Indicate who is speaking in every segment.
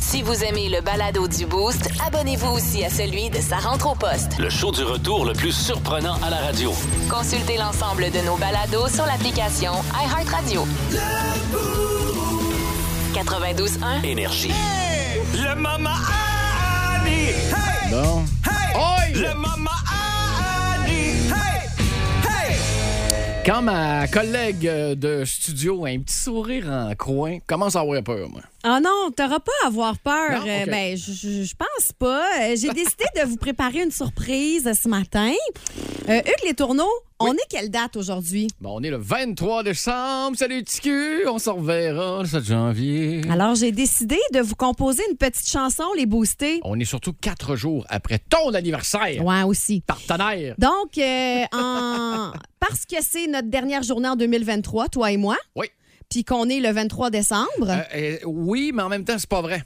Speaker 1: Si vous aimez le balado du Boost, abonnez-vous aussi à celui de Sa rentre au poste.
Speaker 2: Le show du retour le plus surprenant à la radio.
Speaker 1: Consultez l'ensemble de nos balados sur l'application iHeartRadio. 92.1
Speaker 2: Énergie.
Speaker 3: Le Mama Annie. Hey!
Speaker 4: Bon.
Speaker 3: Hey!
Speaker 4: Oi!
Speaker 3: Le Mama Annie. Hey! Hey!
Speaker 4: Quand ma collègue euh, de studio a un petit sourire en coin, commence à avoir peur, moi.
Speaker 5: Ah non, t'auras pas à avoir peur.
Speaker 4: Non?
Speaker 5: Euh,
Speaker 4: OK.
Speaker 5: ben, je- je je pense pas. Euh, J'ai décidé de vous préparer une surprise euh, ce matin. Euh, Hugues Les Tourneaux, on est quelle date aujourd'hui?
Speaker 4: Bon, on est le 23 décembre. Salut, TQ! On s'en reverra le 7 janvier.
Speaker 5: Alors, j'ai décidé de vous composer une petite chanson, les booster.
Speaker 4: On est surtout quatre jours après ton anniversaire,
Speaker 5: Ouais, aussi.
Speaker 4: partenaire.
Speaker 5: Donc, euh, en- parce que c'est notre dernière journée en 2023, toi et moi,
Speaker 4: Oui.
Speaker 5: puis qu'on est le 23 décembre.
Speaker 4: Euh, euh, oui, mais en même temps, c'est pas vrai.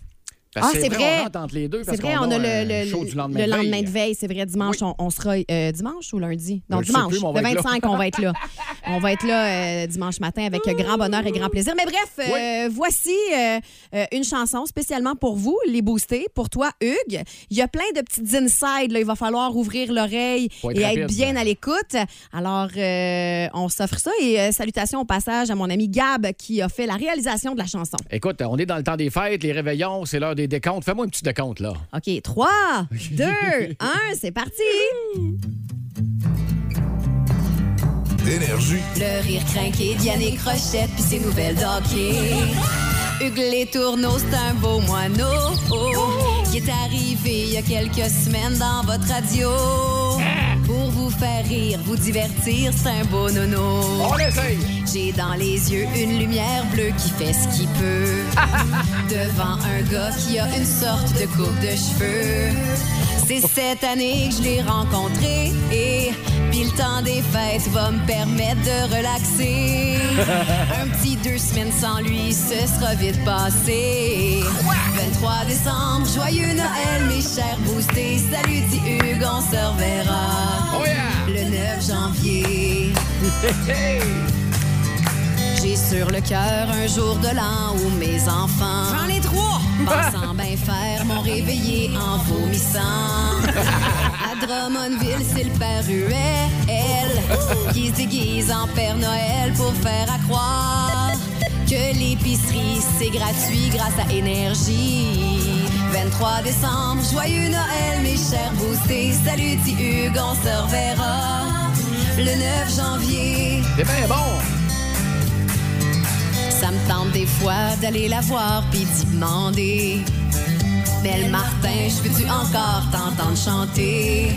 Speaker 4: Parce
Speaker 5: Ah,
Speaker 4: que
Speaker 5: c'est vrai.
Speaker 4: On rentre entre les deux
Speaker 5: C'est
Speaker 4: parce
Speaker 5: vrai,
Speaker 4: qu'on
Speaker 5: on a,
Speaker 4: un
Speaker 5: le, le-
Speaker 4: show du lendemain,
Speaker 5: le
Speaker 4: de veille.
Speaker 5: lendemain de veille, c'est vrai, dimanche. On, on sera euh, dimanche ou lundi? Non,
Speaker 4: Ben, je sais
Speaker 5: dimanche.
Speaker 4: plus, mais on va
Speaker 5: le
Speaker 4: être là.
Speaker 5: 25, on va être là. On va être là euh, dimanche matin avec grand bonheur et grand plaisir. Mais bref, euh, voici euh, euh, une chanson spécialement pour vous, les booster. Pour toi, Hugues, il y a plein de petites insides. là. Il va falloir ouvrir l'oreille
Speaker 4: Faut être
Speaker 5: et
Speaker 4: rapide.
Speaker 5: être bien à l'écoute. Alors, euh, on s'offre ça. Et euh, salutations au passage à mon ami Gab qui a fait la réalisation de la chanson.
Speaker 4: Écoute, on est dans le temps des fêtes, les réveillons, c'est l'heure des décomptes. Fais-moi un petit décompte, là.
Speaker 5: OK, 3, 2, 1, c'est parti!
Speaker 6: Énergie.
Speaker 1: Le rire crinqué d'Yannick Rochette puis ses nouvelles d'hockey.
Speaker 5: Hugues Les Tourneaux, c'est un beau moineau qui est arrivé il y a quelques semaines dans votre radio. Pour vous faire rire, vous divertir, c'est un beau nono.
Speaker 4: On essaye!
Speaker 5: J'ai dans les yeux une lumière bleue qui fait ce qu'il peut. Devant un gars qui a une sorte de coupe de cheveux. C'est cette année que je l'ai rencontré. Et puis le temps des fêtes va me permettre de relaxer. Un petit deux semaines sans lui, ce sera vite passé. 23 décembre, joyeux Noël, mes chers boostés. Salut, dit Hugues, on se reverra.
Speaker 4: Oh yeah!
Speaker 5: Le 9 janvier. J'ai sur le cœur un jour de l'an où mes enfants. J'en ai trois! Pensant bien ben, faire, m'ont réveillé en vomissant. À Drummondville, c'est le père Ruel qui se déguise en Père Noël pour faire à croire que l'épicerie, c'est gratuit grâce à Énergie. 23 décembre, joyeux Noël, mes chers boostés. Salut, dit Hugues, on se reverra le 9 janvier.
Speaker 4: C'est bien bon!
Speaker 5: Ça me tente des fois d'aller la voir puis d'y demander. Belle Martin, je veux-tu encore t'entendre chanter?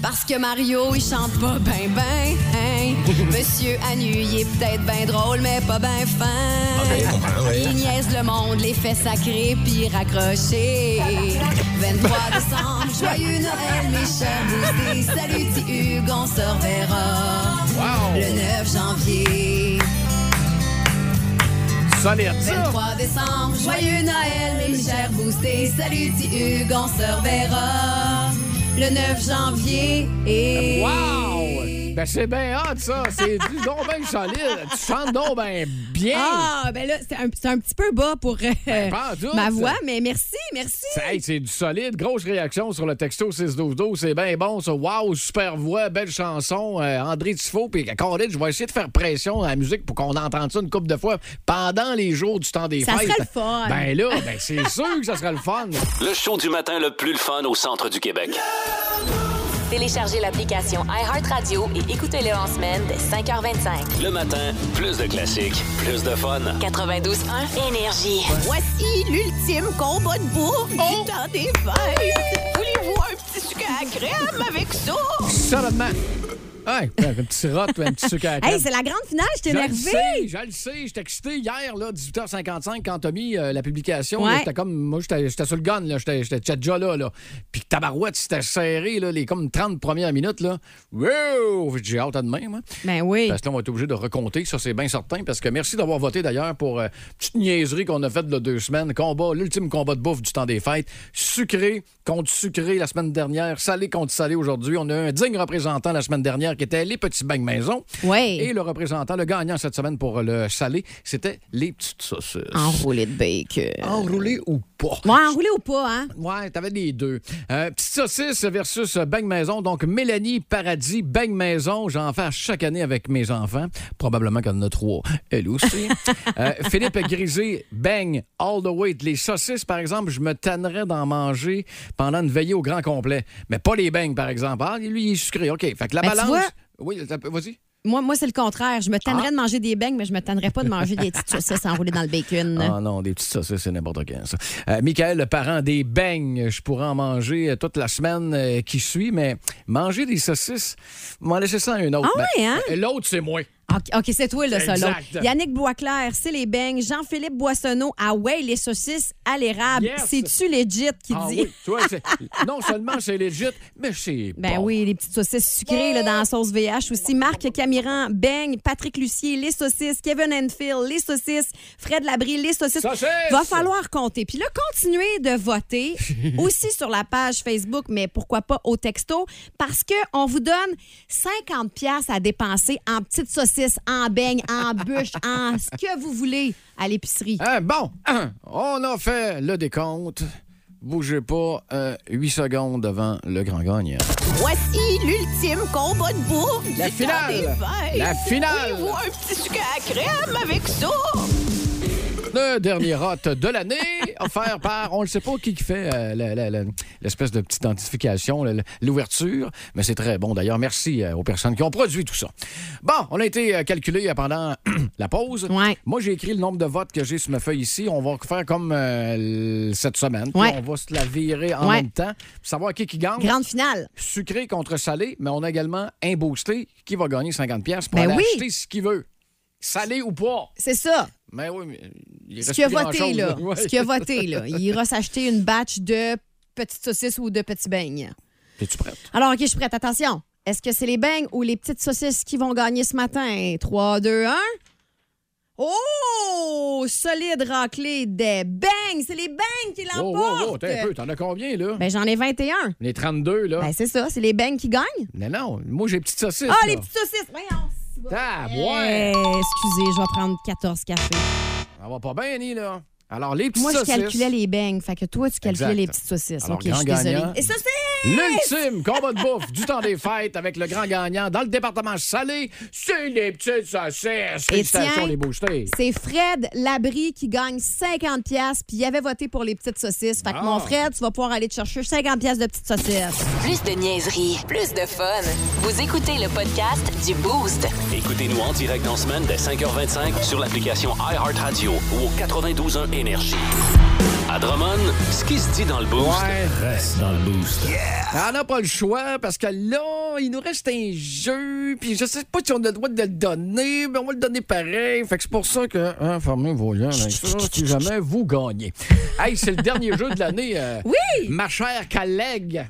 Speaker 5: Parce que Mario, il chante pas ben ben, hein? Monsieur Anu, il est peut-être ben drôle, mais pas ben fin. Il niaise le monde, les faits sacrés puis raccrochés. 23 décembre, joyeux Noël, mes chers boostés. Salut, petit Hugues, on se reverra
Speaker 4: Wow!
Speaker 5: le 9 janvier.
Speaker 4: Solide, ça!
Speaker 5: 23 décembre, joyeux Noël, mes chers boostés. Salut, dit Hugues, on se reverra le 9 janvier. Et...
Speaker 4: Wow! Ben, c'est bien hot, ça! C'est du donc bien solide! Tu chantes donc bien bien!
Speaker 5: Ah, ben là, c'est un, c'est un petit peu bas pour euh,
Speaker 4: Ben, pas en doute.
Speaker 5: ma voix, mais merci, merci.
Speaker 4: C'est- hey, c'est du solide. Grosse réaction sur le texto 6-12-12. C'est bien bon, ça. Wow, super voix, belle chanson. Euh, André Tifo, puis Corinne, je vais essayer de faire pression à la musique pour qu'on entende ça une couple de fois pendant les jours du temps des
Speaker 5: Ça
Speaker 4: fêtes.
Speaker 5: serait le fun.
Speaker 4: Ben là, ben c'est sûr que ça serait le fun.
Speaker 2: Le show du matin le plus le fun au centre du Québec.
Speaker 1: Téléchargez l'application iHeartRadio et écoutez-le en semaine dès 5h25.
Speaker 2: Le matin, plus de classiques, plus de fun.
Speaker 1: 92.1 Énergie.
Speaker 7: Voici l'ultime combat de bourre
Speaker 4: Oh!
Speaker 7: du temps des fêtes. Voulez-vous un petit sucre à la crème avec ça?
Speaker 4: Solidement. Hey, un petit rot, un petit sucre à la crème.
Speaker 5: Hey, c'est la grande finale, je t'ai
Speaker 4: Je le sais,
Speaker 5: énervé.
Speaker 4: je le sais. J'étais excité hier, là, 18h55, quand t'as mis euh, la publication.
Speaker 5: Ouais.
Speaker 4: là, J'étais comme, moi, j'étais j'étais sur le gun, là. J'étais j'étais déjà là, là. Puis que tabarouette, c'était serré, là, les comme 30 premières minutes, là. Wow! J'ai hâte à demain, moi.
Speaker 5: Ben oui.
Speaker 4: Parce que là, on va être obligé de recompter, ça c'est bien certain. Parce que merci d'avoir voté d'ailleurs pour euh, petite niaiserie qu'on a faite de deux semaines. Combat, l'ultime combat de bouffe du temps des fêtes. Sucré contre sucré la semaine dernière, salé contre salé aujourd'hui. On a eu un digne représentant la semaine dernière qui était les petits bangs maison.
Speaker 5: Ouais.
Speaker 4: Et le représentant, le gagnant cette semaine pour le salé, c'était les petites saucisses. Oh!
Speaker 5: Enroulé de bacon.
Speaker 4: Enroulé ou pas.
Speaker 5: Ouais, enroulé ou pas, hein?
Speaker 4: Ouais, t'avais les deux. Euh, petite saucisse versus bang maison. Donc, Mélanie Paradis, bang maison. J'en fais à chaque année avec mes enfants. Probablement qu'il y en a trois. Elle aussi. Euh, Philippe Grisé, bang all the way. Les saucisses, par exemple, je me tannerais d'en manger pendant une veillée au grand complet. Mais pas les bangs, par exemple. Ah, lui, il est sucré. OK. Fait que la
Speaker 5: Ben, tu
Speaker 4: balance.
Speaker 5: vois-
Speaker 4: Oui, t'as- vas-y.
Speaker 5: Moi, moi c'est le contraire.
Speaker 4: Ah.
Speaker 5: Je me tannerais de manger des beignes, mais je me tannerais pas de manger des petites saucisses enroulées dans le bacon.
Speaker 4: Ah non, des petites saucisses, c'est n'importe quand, ça. Euh, Michael, le parent des beignes, je pourrais en manger euh, toute la semaine euh, qui suit, mais manger des saucisses, m'en laisser ça à un autre.
Speaker 5: Ah ouais, hein?
Speaker 4: euh, L'autre, c'est moi.
Speaker 5: OK, OK, c'est toi, là, ça, là.
Speaker 4: Exact.
Speaker 5: Yannick Boisclair, c'est les beignes. Jean-Philippe Boissonneau, ah ouais, les saucisses à l'érable.
Speaker 4: Yes.
Speaker 5: C'est-tu legit qui
Speaker 4: Ah
Speaker 5: dit?
Speaker 4: oui, tu vois, c'est- non seulement c'est legit, mais c'est
Speaker 5: Ben
Speaker 4: bon.
Speaker 5: oui, les petites saucisses sucrées là, dans la sauce VH aussi. Marc Camiran, Beigne, Patrick Lucier, les saucisses. Kevin Enfield, les saucisses. Fred Labrie, les saucisses.
Speaker 4: Saucisses!
Speaker 5: Va falloir compter. Puis là, continuez de voter aussi sur la page Facebook, mais pourquoi pas au texto, parce que on vous donne 50 pièces à dépenser en petites saucisses, en beignes, en bûches, en ce que vous voulez à l'épicerie.
Speaker 4: Hein, bon, on a fait le décompte. Bougez pas, 8 secondes avant le grand gagnant.
Speaker 7: Voici l'ultime combat de bourre
Speaker 4: La
Speaker 7: du
Speaker 4: finale.
Speaker 7: temps des fêtes.
Speaker 4: La finale.
Speaker 7: Voulez-vous un petit sucre à crème avec ça?
Speaker 4: Le dernier hot de l'année, offert par, on ne sait pas qui qui fait euh, la- la- la- l'espèce de petite identification, le- le- l'ouverture, mais c'est très bon. D'ailleurs, merci euh, aux personnes qui ont produit tout ça. Bon, on a été euh, calculé euh, pendant la pause.
Speaker 5: Ouais.
Speaker 4: Moi, j'ai écrit le nombre de votes que j'ai sur ma feuille ici. On va faire comme euh, l- cette semaine. Puis
Speaker 5: Ouais.
Speaker 4: On va se la virer en
Speaker 5: Ouais.
Speaker 4: même temps pour savoir qui qui gagne.
Speaker 5: Grande finale.
Speaker 4: Sucré contre salé, mais on a également un boosté qui va gagner 50$ piastres pour
Speaker 5: Ben
Speaker 4: aller
Speaker 5: oui.
Speaker 4: acheter ce qu'il veut. Salé ou pas.
Speaker 5: C'est ça.
Speaker 4: Mais Ben oui, mais il
Speaker 5: Ce
Speaker 4: reste
Speaker 5: qui a
Speaker 4: plus
Speaker 5: voté,
Speaker 4: grand-chose,
Speaker 5: là.
Speaker 4: Ouais.
Speaker 5: Ce qui a voté, là. Il ira s'acheter une batch de petites saucisses ou de petits beignes.
Speaker 4: Es-tu prête?
Speaker 5: Alors, OK, je suis prête. Attention. Est-ce que c'est les beignes ou les petites saucisses qui vont gagner ce matin? 3, 2, 1. Oh! Solide raclée des beignes. C'est les beignes qui
Speaker 4: Oh,
Speaker 5: l'emportent.
Speaker 4: oh, oh, t'as un peu. Ah. T'en as combien, là?
Speaker 5: Ben, j'en ai 21.
Speaker 4: les 32, là.
Speaker 5: Ben, c'est ça. C'est les beignes qui gagnent.
Speaker 4: non, non, moi, j'ai petite saucisse.
Speaker 5: Ah,
Speaker 4: là.
Speaker 5: les petites saucisses. Voyons.
Speaker 4: Ah,
Speaker 5: Eh,
Speaker 4: ouais.
Speaker 5: excusez, je vais prendre 14 cafés.
Speaker 4: Ça va pas bien, Annie, là. Alors, les petites
Speaker 5: Moi, je
Speaker 4: saucisses.
Speaker 5: calculais les beignes. Fait que toi, tu calculais
Speaker 4: Exact.
Speaker 5: les petites saucisses.
Speaker 4: Alors,
Speaker 5: OK, je suis
Speaker 4: grand
Speaker 5: désolée.
Speaker 4: gagnant.
Speaker 5: Et saucisses!
Speaker 4: L'ultime combat de bouffe du temps des fêtes avec le grand gagnant dans le département salé, c'est les petites saucisses. Félicitations,
Speaker 5: tiens.
Speaker 4: les boostés.
Speaker 5: C'est Fred Labrie qui gagne 50 pièces puis il avait voté pour les petites saucisses. Fait que
Speaker 4: Ah.
Speaker 5: mon Fred, tu vas pouvoir aller te chercher 50 pièces de petites saucisses.
Speaker 1: Plus de niaiserie, plus de fun. Vous écoutez le podcast du Boost.
Speaker 2: Écoutez-nous en direct en semaine dès 5h25 sur l'application iHeartRadio ou au 92.1 Énergie. À Drummond, ce qui se dit dans le boost
Speaker 4: Ouais.
Speaker 2: reste dans le boost.
Speaker 4: On n'a pas le choix parce que là, il nous reste un jeu, puis je sais pas si on a le droit de le donner, mais on va le donner pareil. Fait que c'est pour ça que, hein, fermez vos liens avec ça si jamais vous gagnez. Hey, c'est le dernier jeu de l'année. euh,
Speaker 5: Oui!
Speaker 4: Ma chère collègue,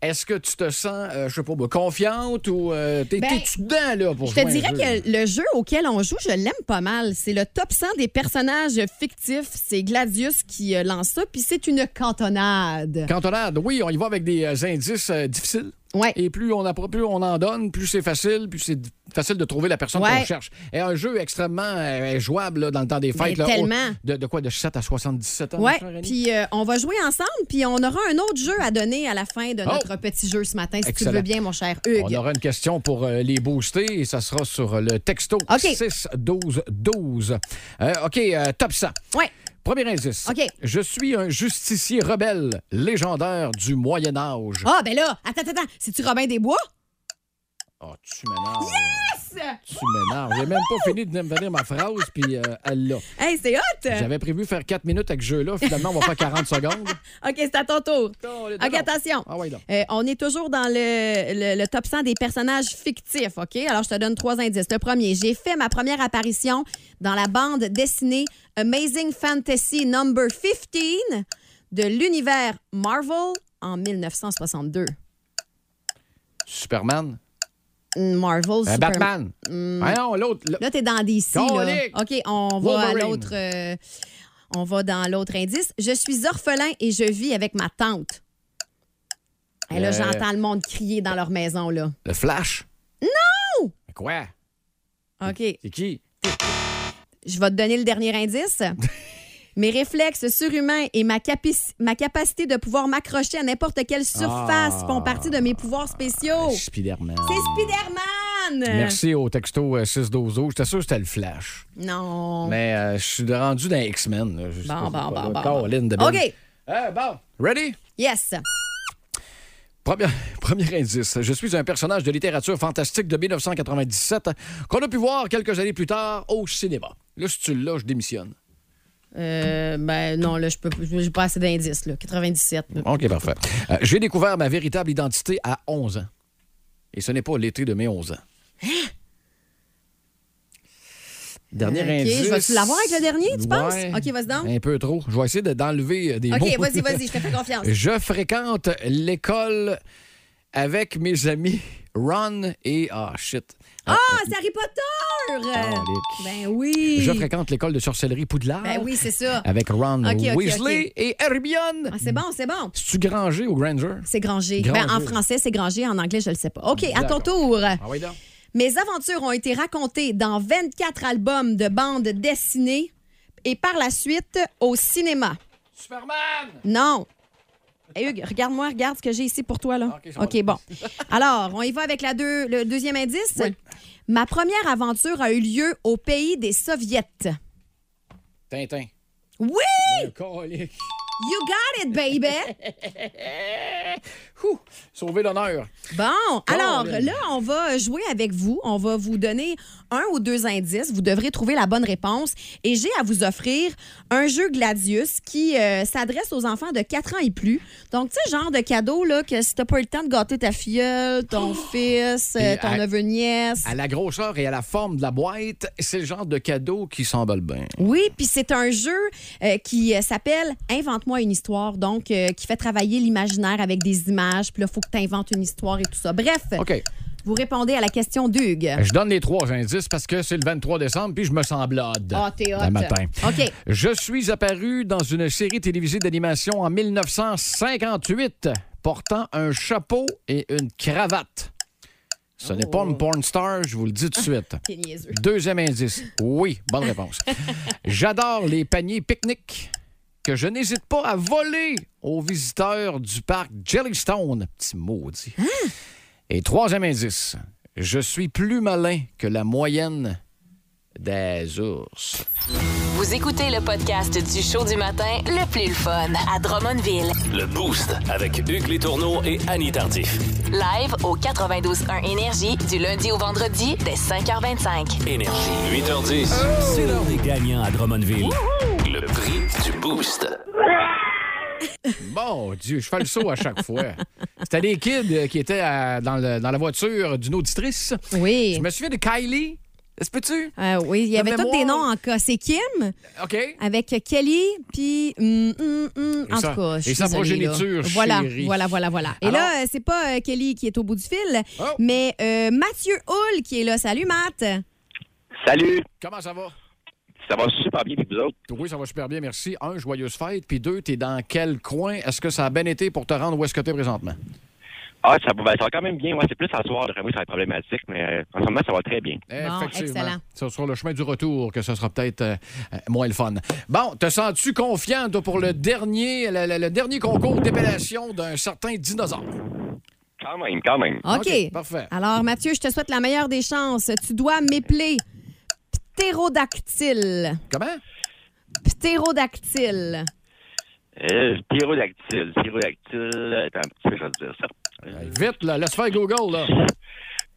Speaker 4: est-ce que tu te sens, euh, je sais pas, moi, confiante ou euh, t'es-
Speaker 5: Ben,
Speaker 4: t'es-tu dedans, là, pour
Speaker 5: Je
Speaker 4: jouer
Speaker 5: te
Speaker 4: à un
Speaker 5: dirais
Speaker 4: jeu?
Speaker 5: que le jeu auquel on joue, je l'aime pas mal. C'est le top 100 des personnages fictifs. C'est Gladius qui euh, lance ça, puis c'est une cantonade.
Speaker 4: Cantonade, oui, on y va avec des euh, indices euh, difficiles.
Speaker 5: Ouais.
Speaker 4: Et plus on, appro- plus on en donne, plus c'est facile, plus c'est d- facile de trouver la personne
Speaker 5: Ouais.
Speaker 4: qu'on cherche. Et un jeu extrêmement euh, jouable là, dans le temps des fêtes.
Speaker 5: Mais
Speaker 4: là, au-
Speaker 5: tellement.
Speaker 4: de, de quoi? De 7 à 77 ans? ma
Speaker 5: Ouais,
Speaker 4: chère Annie?
Speaker 5: puis euh, on va jouer ensemble, puis on aura un autre jeu à donner à la fin de notre petit jeu ce matin, si
Speaker 4: Oh! Excellent.
Speaker 5: tu le veux bien, mon cher Hugues.
Speaker 4: On aura une question pour euh, les booster et ça sera sur euh, le texto
Speaker 5: OK.
Speaker 4: 6 12 12. Euh, OK, euh, top 100.
Speaker 5: Ouais.
Speaker 4: Premier indice.
Speaker 5: OK.
Speaker 4: Je suis un justicier rebelle légendaire du Moyen Âge.
Speaker 5: Ah, ben là, attends, attends, attends. c'est-tu Robin des Bois?
Speaker 4: Oh, tu m'énerves. Tu m'énerves. J'ai même pas fini de me venir ma phrase, puis euh, elle l'a.
Speaker 5: Hey, c'est hot!
Speaker 4: J'avais prévu faire 4 minutes avec ce jeu-là. Finalement, on va faire 40 secondes.
Speaker 5: OK, c'est à ton tour.
Speaker 4: Oh, les
Speaker 5: OK,
Speaker 4: dons.
Speaker 5: attention.
Speaker 4: Ah ouais, donc.
Speaker 5: Euh, on est toujours dans le, le- le top 100 des personnages fictifs, OK? Alors, je te donne trois indices. Le premier, j'ai fait ma première apparition dans la bande dessinée Amazing Fantasy Number 15 de l'univers Marvel en 1962.
Speaker 4: Superman.
Speaker 5: Marvel,
Speaker 4: Euh,
Speaker 5: Superman.
Speaker 4: Batman.
Speaker 5: Hmm.
Speaker 4: Ah non, l'autre. le-
Speaker 5: Là, t'es dans DC. Là.
Speaker 4: Colique!
Speaker 5: OK, on va
Speaker 4: Wolverine.
Speaker 5: à l'autre... euh, on va dans l'autre indice. Je suis orphelin et je vis avec ma tante. Et là,
Speaker 4: Euh.
Speaker 5: j'entends le monde crier dans leur maison, là.
Speaker 4: Le Flash. Non! Quoi?
Speaker 5: OK.
Speaker 4: C'est qui?
Speaker 5: Je vais te donner le dernier indice. Mes réflexes surhumains et ma, capici- ma capacité de pouvoir m'accrocher à n'importe quelle surface
Speaker 4: Ah.
Speaker 5: font partie de mes pouvoirs spéciaux. Oh. C'est
Speaker 4: Spider-Man.
Speaker 5: Spider-Man!
Speaker 4: Merci au texto euh, 612 J'étais sûr que c'était le Flash.
Speaker 5: Non.
Speaker 4: Mais euh, je suis rendu dans X-Men. là. Je sais pas
Speaker 5: Bon,
Speaker 4: si
Speaker 5: bon,
Speaker 4: c'est pas
Speaker 5: bon,
Speaker 4: là.
Speaker 5: bon, bon.
Speaker 4: Caroline de Belle.
Speaker 5: OK.
Speaker 4: Euh, bon, ready?
Speaker 5: Yes.
Speaker 4: Premier, premier indice. Je suis un personnage de littérature fantastique de 1997 qu'on a pu voir quelques années plus tard au cinéma. Là, si tu l'as, je démissionne.
Speaker 5: Euh, ben non, là, je peux j'ai pas assez d'indices, là. 97. là.
Speaker 4: OK, parfait. Euh, J'ai découvert ma véritable identité à 11 ans. Et ce n'est pas l'été de mes 11 ans. Dernier
Speaker 5: Ok,
Speaker 4: indice.
Speaker 5: je vais-tu l'avoir avec le dernier, tu penses?
Speaker 4: Ouais.
Speaker 5: Ok, vas-y donc.
Speaker 4: Un peu trop. Je vais essayer de- d'enlever euh, des mots.
Speaker 5: OK, vas-y, vas-y, je te fais confiance.
Speaker 4: Je fréquente l'école avec mes amis Ron et... Ah, shit.
Speaker 5: Ah, c'est Harry Potter!
Speaker 4: Calique.
Speaker 5: Ben oui!
Speaker 4: Je fréquente l'école de sorcellerie Poudlard
Speaker 5: Ben oui, c'est ça.
Speaker 4: avec Ron
Speaker 5: Ok, ok,
Speaker 4: Weasley et Hermione.
Speaker 5: Ah, c'est bon, c'est bon.
Speaker 4: C'est-tu Granger ou Granger?
Speaker 5: C'est Granger. Ben, en
Speaker 4: Granger.
Speaker 5: français, c'est Granger. En anglais, je le sais pas. OK, à ton
Speaker 4: D'accord.
Speaker 5: tour.
Speaker 4: Ah oui, là.
Speaker 5: Mes aventures ont été racontées dans 24 albums de bandes dessinées et par la suite au cinéma.
Speaker 4: Superman!
Speaker 5: Non. Hey, Hugues, regarde-moi, regarde ce que j'ai ici pour toi. Là.
Speaker 4: Ok, ça va.
Speaker 5: OK, bon. Alors, on y va avec la deux- le deuxième indice. Ma première aventure a eu lieu au pays des Soviets.
Speaker 4: Tintin.
Speaker 5: Oui!
Speaker 4: Le colique.
Speaker 5: You got it, baby!
Speaker 4: Ouh, Sauver l'honneur.
Speaker 5: Bon, alors là, on va jouer avec vous. On va vous donner un ou deux indices. Vous devrez trouver la bonne réponse. Et j'ai à vous offrir un jeu Gladius qui euh, s'adresse aux enfants de 4 ans et plus. Donc, tu sais, genre de cadeau là, que si t'as pas eu le temps de gâter ta filleule, ton fils,
Speaker 4: Oh!
Speaker 5: euh,
Speaker 4: Et
Speaker 5: ton
Speaker 4: à-
Speaker 5: neveu-nièce.
Speaker 4: À la grosseur et à la forme de la boîte, c'est le genre de cadeau qui s'emballe bien.
Speaker 5: Oui, puis c'est un jeu euh, qui euh, s'appelle Invente-moi une histoire, donc euh, qui fait travailler l'imaginaire avec des images. Puis là, il faut que tu inventes une histoire et tout ça. Bref,
Speaker 4: OK.
Speaker 5: vous répondez à la question d'Hugues.
Speaker 4: Je donne les trois indices parce que c'est le 23 décembre puis je me sens blade.
Speaker 5: Ah, t'es hot.
Speaker 4: Le matin.
Speaker 5: OK.
Speaker 4: Je suis apparu dans une série télévisée d'animation en 1958 portant un chapeau et une cravate. Ce n'est pas une porn star, je vous le dis tout de suite.
Speaker 5: T'es niaiseux.
Speaker 4: Deuxième indice. Oui, bonne réponse. J'adore les paniers pique-nique que je n'hésite pas à voler aux visiteurs du parc Jellystone. Petit maudit. Et troisième indice. Je suis plus malin que la moyenne des ours.
Speaker 1: Vous écoutez le podcast du show du matin le plus le fun à Drummondville.
Speaker 2: Le Boost avec Hugues Létourneau et Annie Tardif.
Speaker 1: Live au 92.1 Énergie du lundi au vendredi dès 5h25.
Speaker 2: Énergie. 8h10. C'est l'heure des gagnants à Drummondville. Le prix du Boost.
Speaker 4: Bon Dieu, je fais le saut à chaque fois. C'était des kids euh, qui étaient à- dans, le- dans la voiture d'une auditrice.
Speaker 5: Oui.
Speaker 4: Je me souviens de Kylie. Est-ce que tu?
Speaker 5: Euh, oui, il y
Speaker 4: De
Speaker 5: avait tous
Speaker 4: mémoire.
Speaker 5: des noms en cas. C'est Kim
Speaker 4: OK.
Speaker 5: avec Kelly, puis hum, hum, hum.
Speaker 4: Et
Speaker 5: en
Speaker 4: ça-
Speaker 5: tout cas, je suis
Speaker 4: et sa
Speaker 5: désolée, là.
Speaker 4: progéniture,
Speaker 5: Voilà,
Speaker 4: chérie.
Speaker 5: voilà, voilà, voilà. Et
Speaker 4: Alors-
Speaker 5: là, euh, c'est pas euh, Kelly qui est au bout du fil,
Speaker 4: Oh.
Speaker 5: mais euh, Mathieu Hull qui est là. Salut, Matt.
Speaker 8: Salut,
Speaker 4: Comment ça va?
Speaker 8: ça va super bien, puis vous autres?
Speaker 4: Oui, ça va super bien, merci. Un, joyeuse fête. Puis deux, t'es dans quel coin? Est-ce que ça a bien été pour te rendre où est-ce que t'es présentement?
Speaker 8: Ah, ça va, ben, ça va quand même bien. Ouais, c'est plus à soir, vraiment, ça va être problématique, mais euh, en ce moment, ça va très bien.
Speaker 5: excellent.
Speaker 4: C'est sur le chemin du retour que ce sera peut-être euh, euh, moins le fun. Bon, te sens-tu confiant toi, pour le dernier, le, le- le dernier concours d'épellation d'un certain dinosaure?
Speaker 8: Quand même, quand même.
Speaker 5: OK.
Speaker 4: OK, parfait.
Speaker 5: Alors, Mathieu, je te souhaite la meilleure des chances. Tu dois m'épeler ptérodactyle.
Speaker 4: Comment?
Speaker 5: Ptérodactyle.
Speaker 8: Euh, pyrodactyle, pyrodactyle, attends un petit peu, je vais te dire ça.
Speaker 4: Euh, Vite, là, laisse faire Google, là.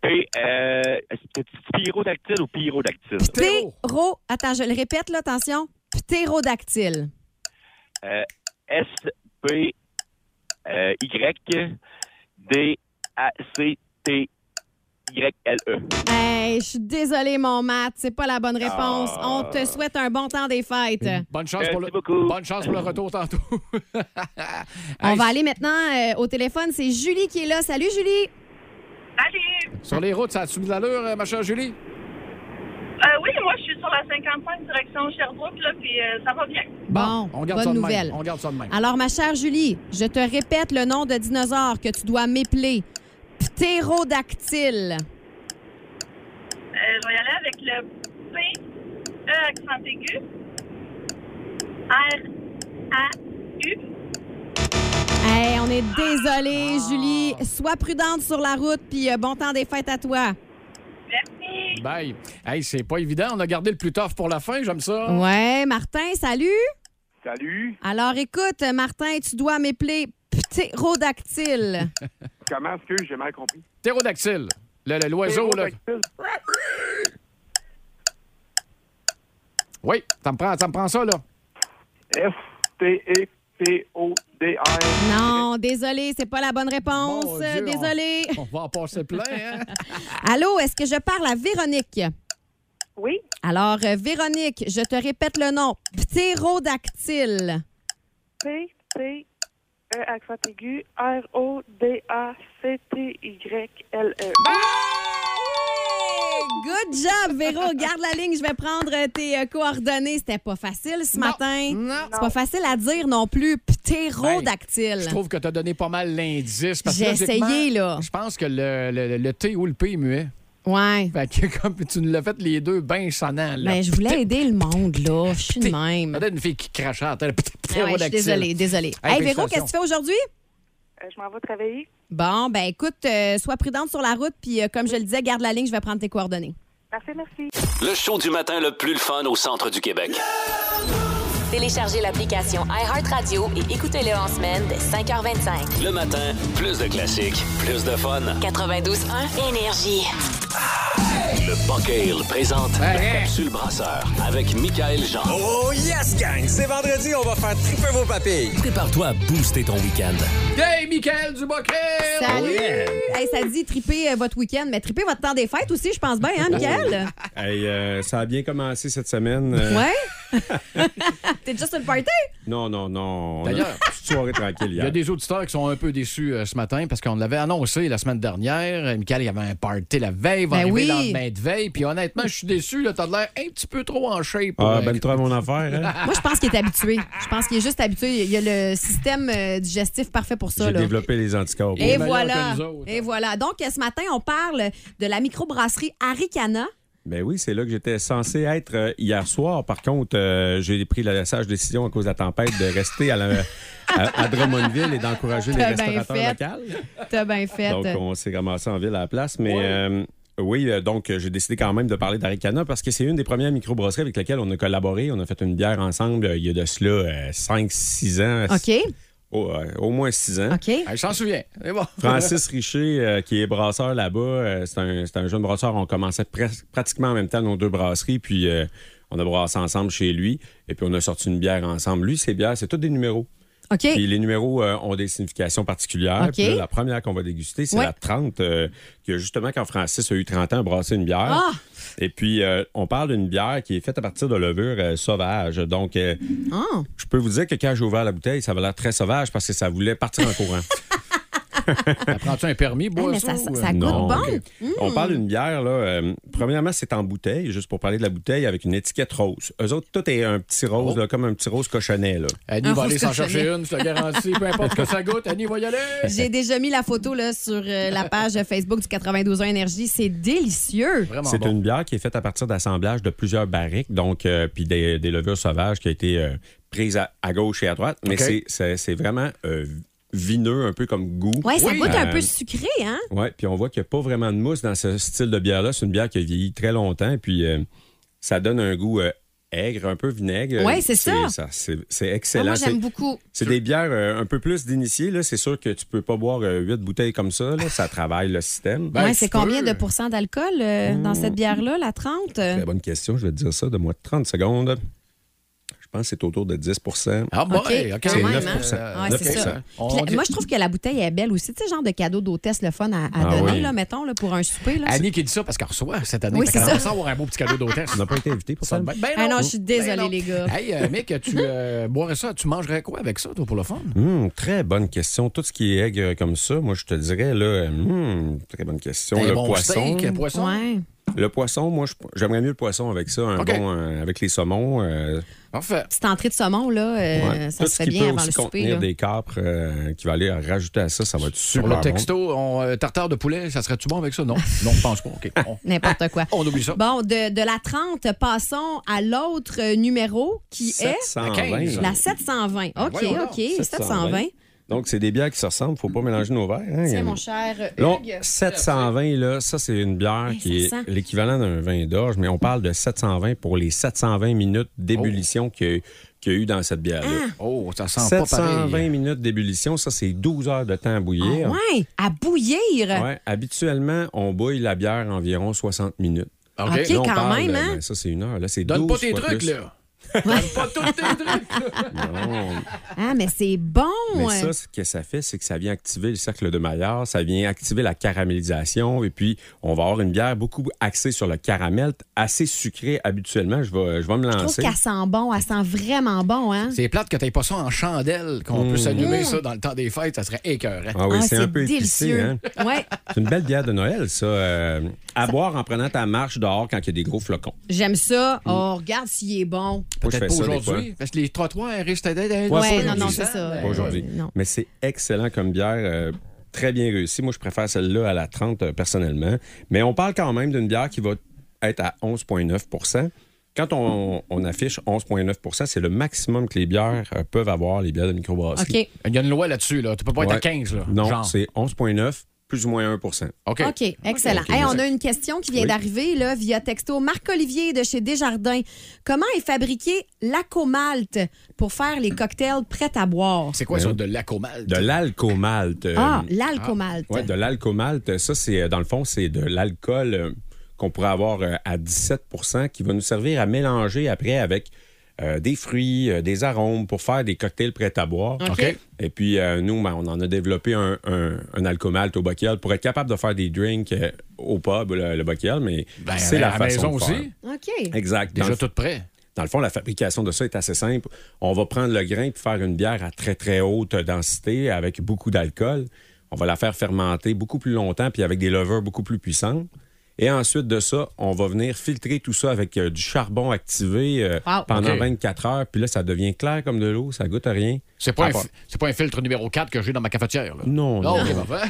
Speaker 8: Et, euh, est-ce que tu dis pyrodactyle ou pyrodactyle?
Speaker 4: Ptéro.
Speaker 5: Ptéro. Attends, je le répète, là, attention. Ptérodactyle.
Speaker 8: Euh, S-P-Y-D-A-C-T-Y-L-E. E.
Speaker 5: Hey, je suis désolée, mon Matt. C'est pas la bonne réponse.
Speaker 8: Ah.
Speaker 5: On te souhaite un bon temps des fêtes.
Speaker 4: Bonne chance, pour le,
Speaker 8: Merci beaucoup.
Speaker 4: bonne chance pour le retour tantôt.
Speaker 5: On va aller maintenant euh, au téléphone. C'est Julie qui est là. Salut, Julie.
Speaker 9: Salut!
Speaker 4: Sur les routes, ça a-tu mis de l'allure, euh, ma chère Julie?
Speaker 9: Euh, oui, moi, je suis sur la 55 direction Sherbrooke, là, puis euh, ça va bien.
Speaker 5: Bon,
Speaker 4: on garde
Speaker 5: bonne
Speaker 4: ça de
Speaker 5: nouvelle.
Speaker 4: même. On garde ça de même.
Speaker 5: Alors, ma chère Julie, je te répète le nom de dinosaure que tu dois m'épeler. Ptérodactyle.
Speaker 9: Euh, je vais y aller avec le P, E accent aigu,
Speaker 6: R-A-U.
Speaker 5: Hey, on est désolé,
Speaker 4: Ah.
Speaker 5: Julie. Sois prudente sur la route, puis euh, bon temps des fêtes à toi.
Speaker 6: Merci.
Speaker 4: Bye. Hey, c'est pas évident. On a gardé le plus tough pour la fin, j'aime ça.
Speaker 5: Ouais, Martin, salut.
Speaker 10: Salut,
Speaker 5: Alors écoute, Martin, tu dois m'épeler ptérodactyle.
Speaker 10: comment est-ce que j'ai mal compris?
Speaker 4: Ptérodactyle. Le- le- L'oiseau, là.
Speaker 10: Ptérodactyle.
Speaker 4: Oui, ça me prend, ça me prend ça, là.
Speaker 10: F-T-E-P-O-D-R.
Speaker 5: Non, désolé, c'est pas la bonne réponse.
Speaker 4: Mon Dieu,
Speaker 5: désolé.
Speaker 4: On va en passer plein, hein?
Speaker 5: Allô, est-ce que je parle à Véronique?
Speaker 6: Oui.
Speaker 5: Alors, euh, Véronique, je te répète le nom. Ptérodactyle.
Speaker 6: P, T, E, accent aigu, R, O, D, A, C, T, Y, L, E.
Speaker 5: Good job, Véro. Garde la ligne. Je vais prendre euh, tes euh, coordonnées. C'était pas facile ce matin.
Speaker 4: Non.
Speaker 5: C'est pas facile à dire non
Speaker 4: Je
Speaker 5: plus. Ptérodactyle.
Speaker 4: trouve que tu as donné pas mal l'indice. parce que
Speaker 5: J'ai
Speaker 4: logiquement,
Speaker 5: essayé, là.
Speaker 4: Je pense que le, le- le T ou le P est muet.
Speaker 5: Ouais.
Speaker 4: Fait que comme tu nous l'as fait les deux bien sonnants, là.
Speaker 5: Ben, je voulais aider le monde, là. Je suis de
Speaker 4: Ça
Speaker 5: même.
Speaker 4: donne une fille qui crachait à la tête.
Speaker 5: Ah ouais, je suis désolée, désolée.
Speaker 4: Hey,
Speaker 5: Hey,
Speaker 4: félicitations.
Speaker 5: Véro, qu'est-ce que tu fais aujourd'hui?
Speaker 6: Euh, je m'en vais travailler.
Speaker 5: Bon, ben écoute, euh, sois prudente sur la route, puis euh, comme je le disais, garde la ligne, je vais prendre tes coordonnées.
Speaker 6: Parfait, merci.
Speaker 2: Le show du matin le plus le fun au centre du Québec.
Speaker 1: Téléchargez l'application iHeartRadio et écoutez-le en semaine dès 5h25.
Speaker 2: Le matin, plus de classiques, plus de fun.
Speaker 1: 92.1 Énergie.
Speaker 2: Le Buckale présente
Speaker 4: hey.
Speaker 2: la capsule brasseur avec Michael Jean.
Speaker 11: Oh yes, gang! C'est vendredi, on va faire triper vos papilles.
Speaker 2: Prépare-toi à booster ton week-end.
Speaker 4: Hey, Michael Duboquet!
Speaker 5: Salut! Hey, ça dit triper euh, votre week-end, mais triper votre temps des fêtes aussi, je pense bien, hein, Michael?
Speaker 12: Hey, euh, ça a bien commencé cette semaine. Euh,
Speaker 5: Ouais? T'es juste une party?
Speaker 12: Non, non, non. on a
Speaker 4: D'ailleurs,
Speaker 12: une petite soirée tranquille
Speaker 4: Il y
Speaker 12: hier.
Speaker 4: a des auditeurs qui sont un peu déçus euh, ce matin parce qu'on l'avait annoncé la semaine dernière. Euh, Michael, il y avait un party la veille, il va
Speaker 5: Ben
Speaker 4: arriver
Speaker 5: oui.
Speaker 4: le lendemain de veille. Puis honnêtement, je suis déçu. là, T'as l'air un petit peu trop en shape.
Speaker 12: Ah,
Speaker 4: euh,
Speaker 12: ben, toi, mon affaire. hein?
Speaker 5: Moi, je pense qu'il est habitué. Je pense qu'il est juste habitué. Il y a le système euh, digestif parfait pour ça.
Speaker 12: J'ai
Speaker 5: là.
Speaker 12: développé les anticorps.
Speaker 5: Et
Speaker 4: meilleur
Speaker 5: voilà.
Speaker 4: que nous autres.
Speaker 5: Et voilà. Donc, euh, ce matin, on parle de la microbrasserie Aricana.
Speaker 12: Ben oui, c'est là que j'étais censé être euh, hier soir. Par contre, euh, j'ai pris la sage décision à cause de la tempête de rester à, la- à- à Drummondville et d'encourager les
Speaker 5: T'as bien fait.
Speaker 12: restaurateurs locaux.
Speaker 5: T'as bien fait.
Speaker 12: Donc, on s'est ramassé en ville à la place. Mais euh, oui, euh, donc euh, j'ai décidé quand même de parler d'Aricana parce que c'est une des premières microbrasseries avec lesquelles on a collaboré. On a fait une bière ensemble euh, il y a de cela 5-6 ans.
Speaker 5: OK.
Speaker 12: Au, euh, au moins 6 ans.
Speaker 5: OK.
Speaker 4: hey, je s'en souviens. C'est bon.
Speaker 12: Francis Richer, euh, qui est brasseur là-bas, euh, c'est un, c'est un jeune brasseur. On commençait pres- pratiquement en même temps nos deux brasseries, puis euh, on a brassé ensemble chez lui, et puis on a sorti une bière ensemble. Lui, ses bières, c'est toutes des numéros.
Speaker 5: OK.
Speaker 12: Puis les numéros euh, ont des significations particulières.
Speaker 5: OK.
Speaker 12: Puis là, la première qu'on va déguster, c'est
Speaker 5: Ouais.
Speaker 12: la 30, euh, que justement, quand Francis a eu 30 ans, a brassé une bière.
Speaker 5: Ah!
Speaker 12: Et puis, euh, on parle d'une bière qui est faite à partir de levure euh, sauvage. Donc, euh,
Speaker 5: Ah.
Speaker 12: je peux vous dire que quand j'ai ouvert la bouteille, ça avait l'air très sauvage parce que ça voulait partir en courant.
Speaker 4: Prends-tu un permis, bois
Speaker 5: mais
Speaker 4: ça,
Speaker 5: ça-
Speaker 4: ou,
Speaker 5: ça-
Speaker 4: euh,
Speaker 5: goûte
Speaker 12: Non.
Speaker 5: bon.
Speaker 12: OK. On parle d'une bière, là. euh, premièrement, c'est en bouteille, juste pour parler de la bouteille, avec une étiquette rose. Eux autres, tout est un petit rose,
Speaker 5: Oh.
Speaker 12: là, comme un petit rose cochonnet, là.
Speaker 4: Annie
Speaker 5: Un
Speaker 4: va aller s'en
Speaker 5: rouge
Speaker 4: chercher une, je te garantis. Peu importe ce que ça goûte, Annie va y aller.
Speaker 5: J'ai déjà mis la photo là, sur euh, la page Facebook du 92 Énergie. C'est délicieux.
Speaker 4: Vraiment
Speaker 12: C'est
Speaker 4: bon.
Speaker 12: une bière qui est faite à partir d'assemblage de plusieurs barriques, donc, euh, puis des, des levures sauvages qui a été euh, prise à, à gauche et à droite. Mais
Speaker 4: OK.
Speaker 12: c'est- c'est c'est vraiment euh, vineux, un peu comme goût.
Speaker 5: Ouais, ça
Speaker 4: Oui.
Speaker 5: goûte un
Speaker 12: Euh,
Speaker 5: peu sucré, hein?
Speaker 12: Oui, puis on voit qu'il n'y a pas vraiment de mousse dans ce style de bière-là. C'est une bière qui a vieilli très longtemps, puis euh, ça donne un goût euh, aigre, un peu vinaigre.
Speaker 5: Ouais, c'est ça.
Speaker 12: c'est, c'est
Speaker 5: Ah,
Speaker 12: excellent.
Speaker 5: moi, j'aime
Speaker 12: C'est-
Speaker 5: beaucoup.
Speaker 12: C'est des bières euh, un peu plus d'initiés. là. C'est sûr que tu peux pas boire euh, huit bouteilles comme ça. là. Ça travaille le système.
Speaker 4: Ben,
Speaker 5: ouais,
Speaker 4: tu
Speaker 5: c'est combien
Speaker 4: peux.
Speaker 5: de pourcents d'alcool euh, dans
Speaker 12: Mmh.
Speaker 5: cette bière-là, la 30?
Speaker 12: Très bonne question. Je vais te dire ça de moi de 30 secondes. Je pense que c'est autour de 10
Speaker 4: Ah, bon, OK.
Speaker 5: quand
Speaker 12: C'est
Speaker 5: même,
Speaker 12: 9
Speaker 5: hein?
Speaker 12: euh,
Speaker 5: Ouais, c'est ça.
Speaker 12: 9%.
Speaker 4: On
Speaker 5: Puis la-
Speaker 4: dit-
Speaker 5: moi, je trouve que la bouteille est belle aussi. Tu sais, genre de cadeau d'hôtesse, le fun à, à
Speaker 12: Ah
Speaker 5: donner,
Speaker 12: oui.
Speaker 5: là, mettons, là, pour un souper. Là.
Speaker 4: Annie qui dit ça parce qu'elle reçoit cette année.
Speaker 5: Oui,
Speaker 4: Fait
Speaker 5: c'est
Speaker 4: qu'elle
Speaker 5: ça.
Speaker 4: aimerait avoir un beau petit cadeau d'hôtesse.
Speaker 12: On n'a pas été invité pour
Speaker 4: Ça
Speaker 12: ça.
Speaker 4: me- ben
Speaker 5: Ah non, je suis désolée,
Speaker 4: Ben non.
Speaker 5: les gars.
Speaker 4: Hey, euh, Mick, tu euh, boirais ça, tu mangerais quoi avec ça, toi, pour le fun?
Speaker 12: Hum, très bonne question. Tout ce qui est aigre comme ça, moi, je te dirais, là, hum, très bonne question.
Speaker 4: Un
Speaker 12: le
Speaker 4: bon
Speaker 12: poisson.
Speaker 4: steak, un poisson.
Speaker 5: Ouais.
Speaker 12: Le poisson, moi, je- j'aimerais mieux le poisson avec ça, un
Speaker 5: OK.
Speaker 12: bon, euh, avec les saumons. euh,
Speaker 4: Parfait.
Speaker 5: Petite entrée de saumon, là, euh,
Speaker 12: ouais.
Speaker 5: ça
Speaker 12: Tout
Speaker 5: serait
Speaker 12: ce qui peut
Speaker 5: bien avant
Speaker 12: aussi
Speaker 5: le souper.
Speaker 12: contenir
Speaker 5: là.
Speaker 12: des capres euh, qui va aller rajouter à ça, ça va être super
Speaker 4: Sur le
Speaker 12: bon.
Speaker 4: texto, on, euh, tartare de poulet, ça serait-tu bon avec ça? Non, non, je pense pas. OK. On-
Speaker 5: N'importe quoi.
Speaker 4: On oublie ça.
Speaker 5: Bon, de, de la 30, passons à l'autre euh, numéro qui est
Speaker 12: 720.
Speaker 5: la 720. OK,
Speaker 12: Ah, voyons donc.
Speaker 5: OK, 720.
Speaker 12: Donc, c'est des bières qui se ressemblent. faut pas mélanger nos verres. hein,
Speaker 5: Tiens,
Speaker 12: Yannick.
Speaker 5: mon cher euh,
Speaker 12: Là,
Speaker 5: Hugues.
Speaker 12: 720, là, ça, c'est une bière qui est
Speaker 5: ça sent.
Speaker 12: l'équivalent d'un vin d'orge, mais on parle de 720 pour les 720 minutes d'ébullition qu'il y a eu- qu'il y a eu dans cette bière-là.
Speaker 5: Ah.
Speaker 4: Oh, ça sent pas
Speaker 12: 720
Speaker 4: pareil. hein.
Speaker 12: minutes d'ébullition, ça, c'est 12 heures de temps à bouillir.
Speaker 5: Ah Ouais, à bouillir.
Speaker 12: Ah Ouais, habituellement, on bouille la bière environ 60 minutes.
Speaker 5: OK. OK,
Speaker 12: Là, on
Speaker 5: quand
Speaker 12: parle,
Speaker 5: même, hein?
Speaker 12: ben, ça, c'est une heure. Là, c'est
Speaker 4: Donne pas
Speaker 12: 12
Speaker 4: tes
Speaker 12: fois
Speaker 4: trucs,
Speaker 12: plus.
Speaker 4: là.
Speaker 12: Non,
Speaker 5: Ah, mais c'est bon.
Speaker 12: Mais
Speaker 5: hein.
Speaker 12: ça, ce que ça fait, c'est que ça vient activer le cercle de Maillard, ça vient activer la caramélisation, et puis on va avoir une bière beaucoup axée sur le caramel, assez sucrée habituellement. Je vais, je vais me
Speaker 5: Je trouve
Speaker 12: lancer.
Speaker 5: qu'elle sent bon, elle sent vraiment bon, hein?
Speaker 4: C'est plate que t'aies pas ça en chandelle, qu'on
Speaker 12: Mm.
Speaker 4: puisse allumer
Speaker 5: Mm.
Speaker 4: ça dans le temps des fêtes, ça serait écœurant.
Speaker 12: Ah oui, c'est un peu épicé.
Speaker 5: délicieux.
Speaker 12: hein?
Speaker 5: Ouais,
Speaker 12: C'est une belle bière de Noël, ça. euh, à boire en prenant ta marche dehors quand il y a des gros flocons.
Speaker 5: j'aime
Speaker 12: Mm.
Speaker 5: ça. Oh, regarde s'il est bon.
Speaker 12: Moi, je
Speaker 4: Peut-être
Speaker 12: fais
Speaker 4: pas
Speaker 12: ça des
Speaker 4: aujourd'hui, parce que les trottoirs risquent d'être...
Speaker 12: Ouais,
Speaker 5: Ouais,
Speaker 12: pas
Speaker 5: non, non,
Speaker 12: aujourd'hui.
Speaker 5: c'est ça.
Speaker 12: Pas aujourd'hui.
Speaker 5: Euh, non.
Speaker 12: Mais c'est excellent comme bière. euh, très bien réussie. Moi, je préfère celle-là à la 30 euh, personnellement. Mais on parle quand même d'une bière qui va être à 11,9 Quand on, on affiche 11,9 c'est le maximum que les bières euh, peuvent avoir, les bières de microbrasserie.
Speaker 5: OK.
Speaker 4: Il y a une loi là-dessus, là. Tu peux pas être
Speaker 12: Ouais.
Speaker 4: à 15, là.
Speaker 12: Non,
Speaker 4: genre.
Speaker 12: c'est 11,9 plus ou moins 1
Speaker 4: OK.
Speaker 5: OK, excellent.
Speaker 12: OK,
Speaker 5: Hey, on
Speaker 12: vas-y.
Speaker 5: a une question qui vient
Speaker 12: Oui.
Speaker 5: d'arriver là, via texto. Marc-Olivier de chez Desjardins. Comment est fabriqué l'acomalte pour faire les cocktails prêts à boire?
Speaker 4: C'est quoi ça, de l'acomal?
Speaker 12: Ben De l'alcomalte. euh,
Speaker 5: Ah, l'alcomalte.
Speaker 12: Oui, de l'alcomalte. Ça, c'est euh, dans le fond, c'est de l'alcool euh, qu'on pourrait avoir euh, à 17 qui va nous servir à mélanger après avec euh, des fruits, euh, des arômes pour faire des cocktails prêts à boire.
Speaker 4: OK.
Speaker 12: Et puis, euh, nous, ben, on en a développé un, un, un alcomalte au Bocchial pour être capable de faire des drinks euh, au pub, le, le Bocchial, mais
Speaker 4: Ben,
Speaker 12: c'est
Speaker 4: à
Speaker 12: la,
Speaker 4: la
Speaker 12: façon
Speaker 4: maison
Speaker 12: de faire.
Speaker 4: aussi.
Speaker 5: OK.
Speaker 12: Exact. Dans
Speaker 4: Déjà
Speaker 12: le-
Speaker 4: tout prêt.
Speaker 12: dans le fond, la fabrication de ça est assez simple. On va prendre le grain puis faire une bière à très, très haute densité avec beaucoup d'alcool. On va la faire fermenter beaucoup plus longtemps puis avec des levures beaucoup plus puissantes. Et ensuite de ça, on va venir filtrer tout ça avec euh, du charbon activé euh,
Speaker 5: Wow.
Speaker 12: pendant
Speaker 4: OK.
Speaker 12: 24 heures. Puis là, ça devient clair comme de l'eau, ça goûte à rien.
Speaker 4: C'est pas,
Speaker 12: À
Speaker 4: un
Speaker 12: part-
Speaker 4: fi- c'est pas un filtre numéro 4 que j'ai dans ma cafetière. Là.
Speaker 12: Non, non.
Speaker 4: ok, parfait.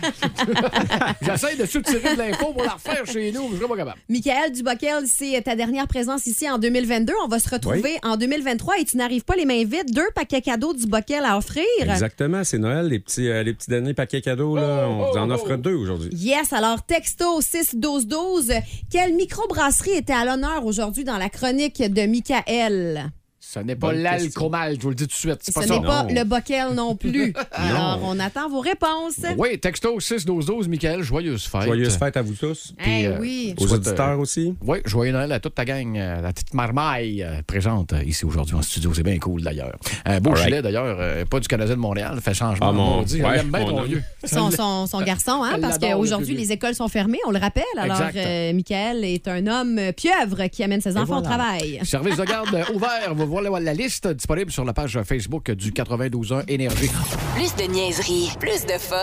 Speaker 4: J'essaie de soutirer de l'info pour la refaire chez nous, mais je serais pas capable.
Speaker 5: Michael Dubockel, c'est ta dernière présence ici en 2022. On va se retrouver en 2023 et tu n'arrives pas les mains vides. Deux paquets cadeaux Dubockel à offrir.
Speaker 12: Exactement, c'est Noël, les petits, euh, les petits derniers paquets cadeaux. Là, on vous en offre deux aujourd'hui.
Speaker 5: Yes, alors texto 6-12-12. Quelle microbrasserie était à l'honneur aujourd'hui dans la chronique de Michael?
Speaker 4: Ce n'est pas
Speaker 12: Bonne question.
Speaker 4: l'alcomal, je vous le dis tout de suite. C'est
Speaker 5: Ce
Speaker 4: pas
Speaker 5: n'est
Speaker 4: ça.
Speaker 5: pas
Speaker 12: Non.
Speaker 5: le Bockel non plus. Alors, on attend vos réponses.
Speaker 4: Oui, texto 6-12-12, Michael, joyeuse fête.
Speaker 12: Joyeuses fêtes à vous tous,
Speaker 5: Eh
Speaker 4: Puis, euh,
Speaker 5: oui.
Speaker 12: aux
Speaker 4: souhaite,
Speaker 12: auditeurs aussi.
Speaker 4: Oui, joyeux Noël à toute ta gang, euh, la petite marmaille euh, présente euh, ici aujourd'hui en studio. C'est bien cool d'ailleurs. Un beau
Speaker 12: Alright.
Speaker 4: gilet d'ailleurs, euh, pas du Canadien de Montréal, fait changement.
Speaker 12: Ah, mon-
Speaker 4: maudit. On
Speaker 12: ouais,
Speaker 4: aime bien
Speaker 12: on
Speaker 4: ton
Speaker 12: a-
Speaker 4: vieux.
Speaker 5: Son, son- son garçon, hein,
Speaker 4: Elle
Speaker 5: parce
Speaker 4: l'adore,
Speaker 5: qu'aujourd'hui,
Speaker 4: le plus
Speaker 5: les écoles sont fermées, on le rappelle. Alors,
Speaker 4: Exact.
Speaker 5: euh, Michael est un homme euh, pieuvre qui amène ses enfants au travail.
Speaker 4: Service de garde euh, ouvert. Vous voilà la liste disponible sur la page Facebook du 92.1 Énergie.
Speaker 1: Plus de niaiserie, plus de fun.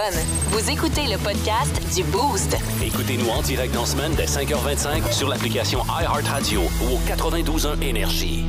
Speaker 1: Vous écoutez le podcast du Boost.
Speaker 2: Écoutez-nous en direct dans la semaine dès 5h25 sur l'application iHeartRadio ou au 92.1 Énergie.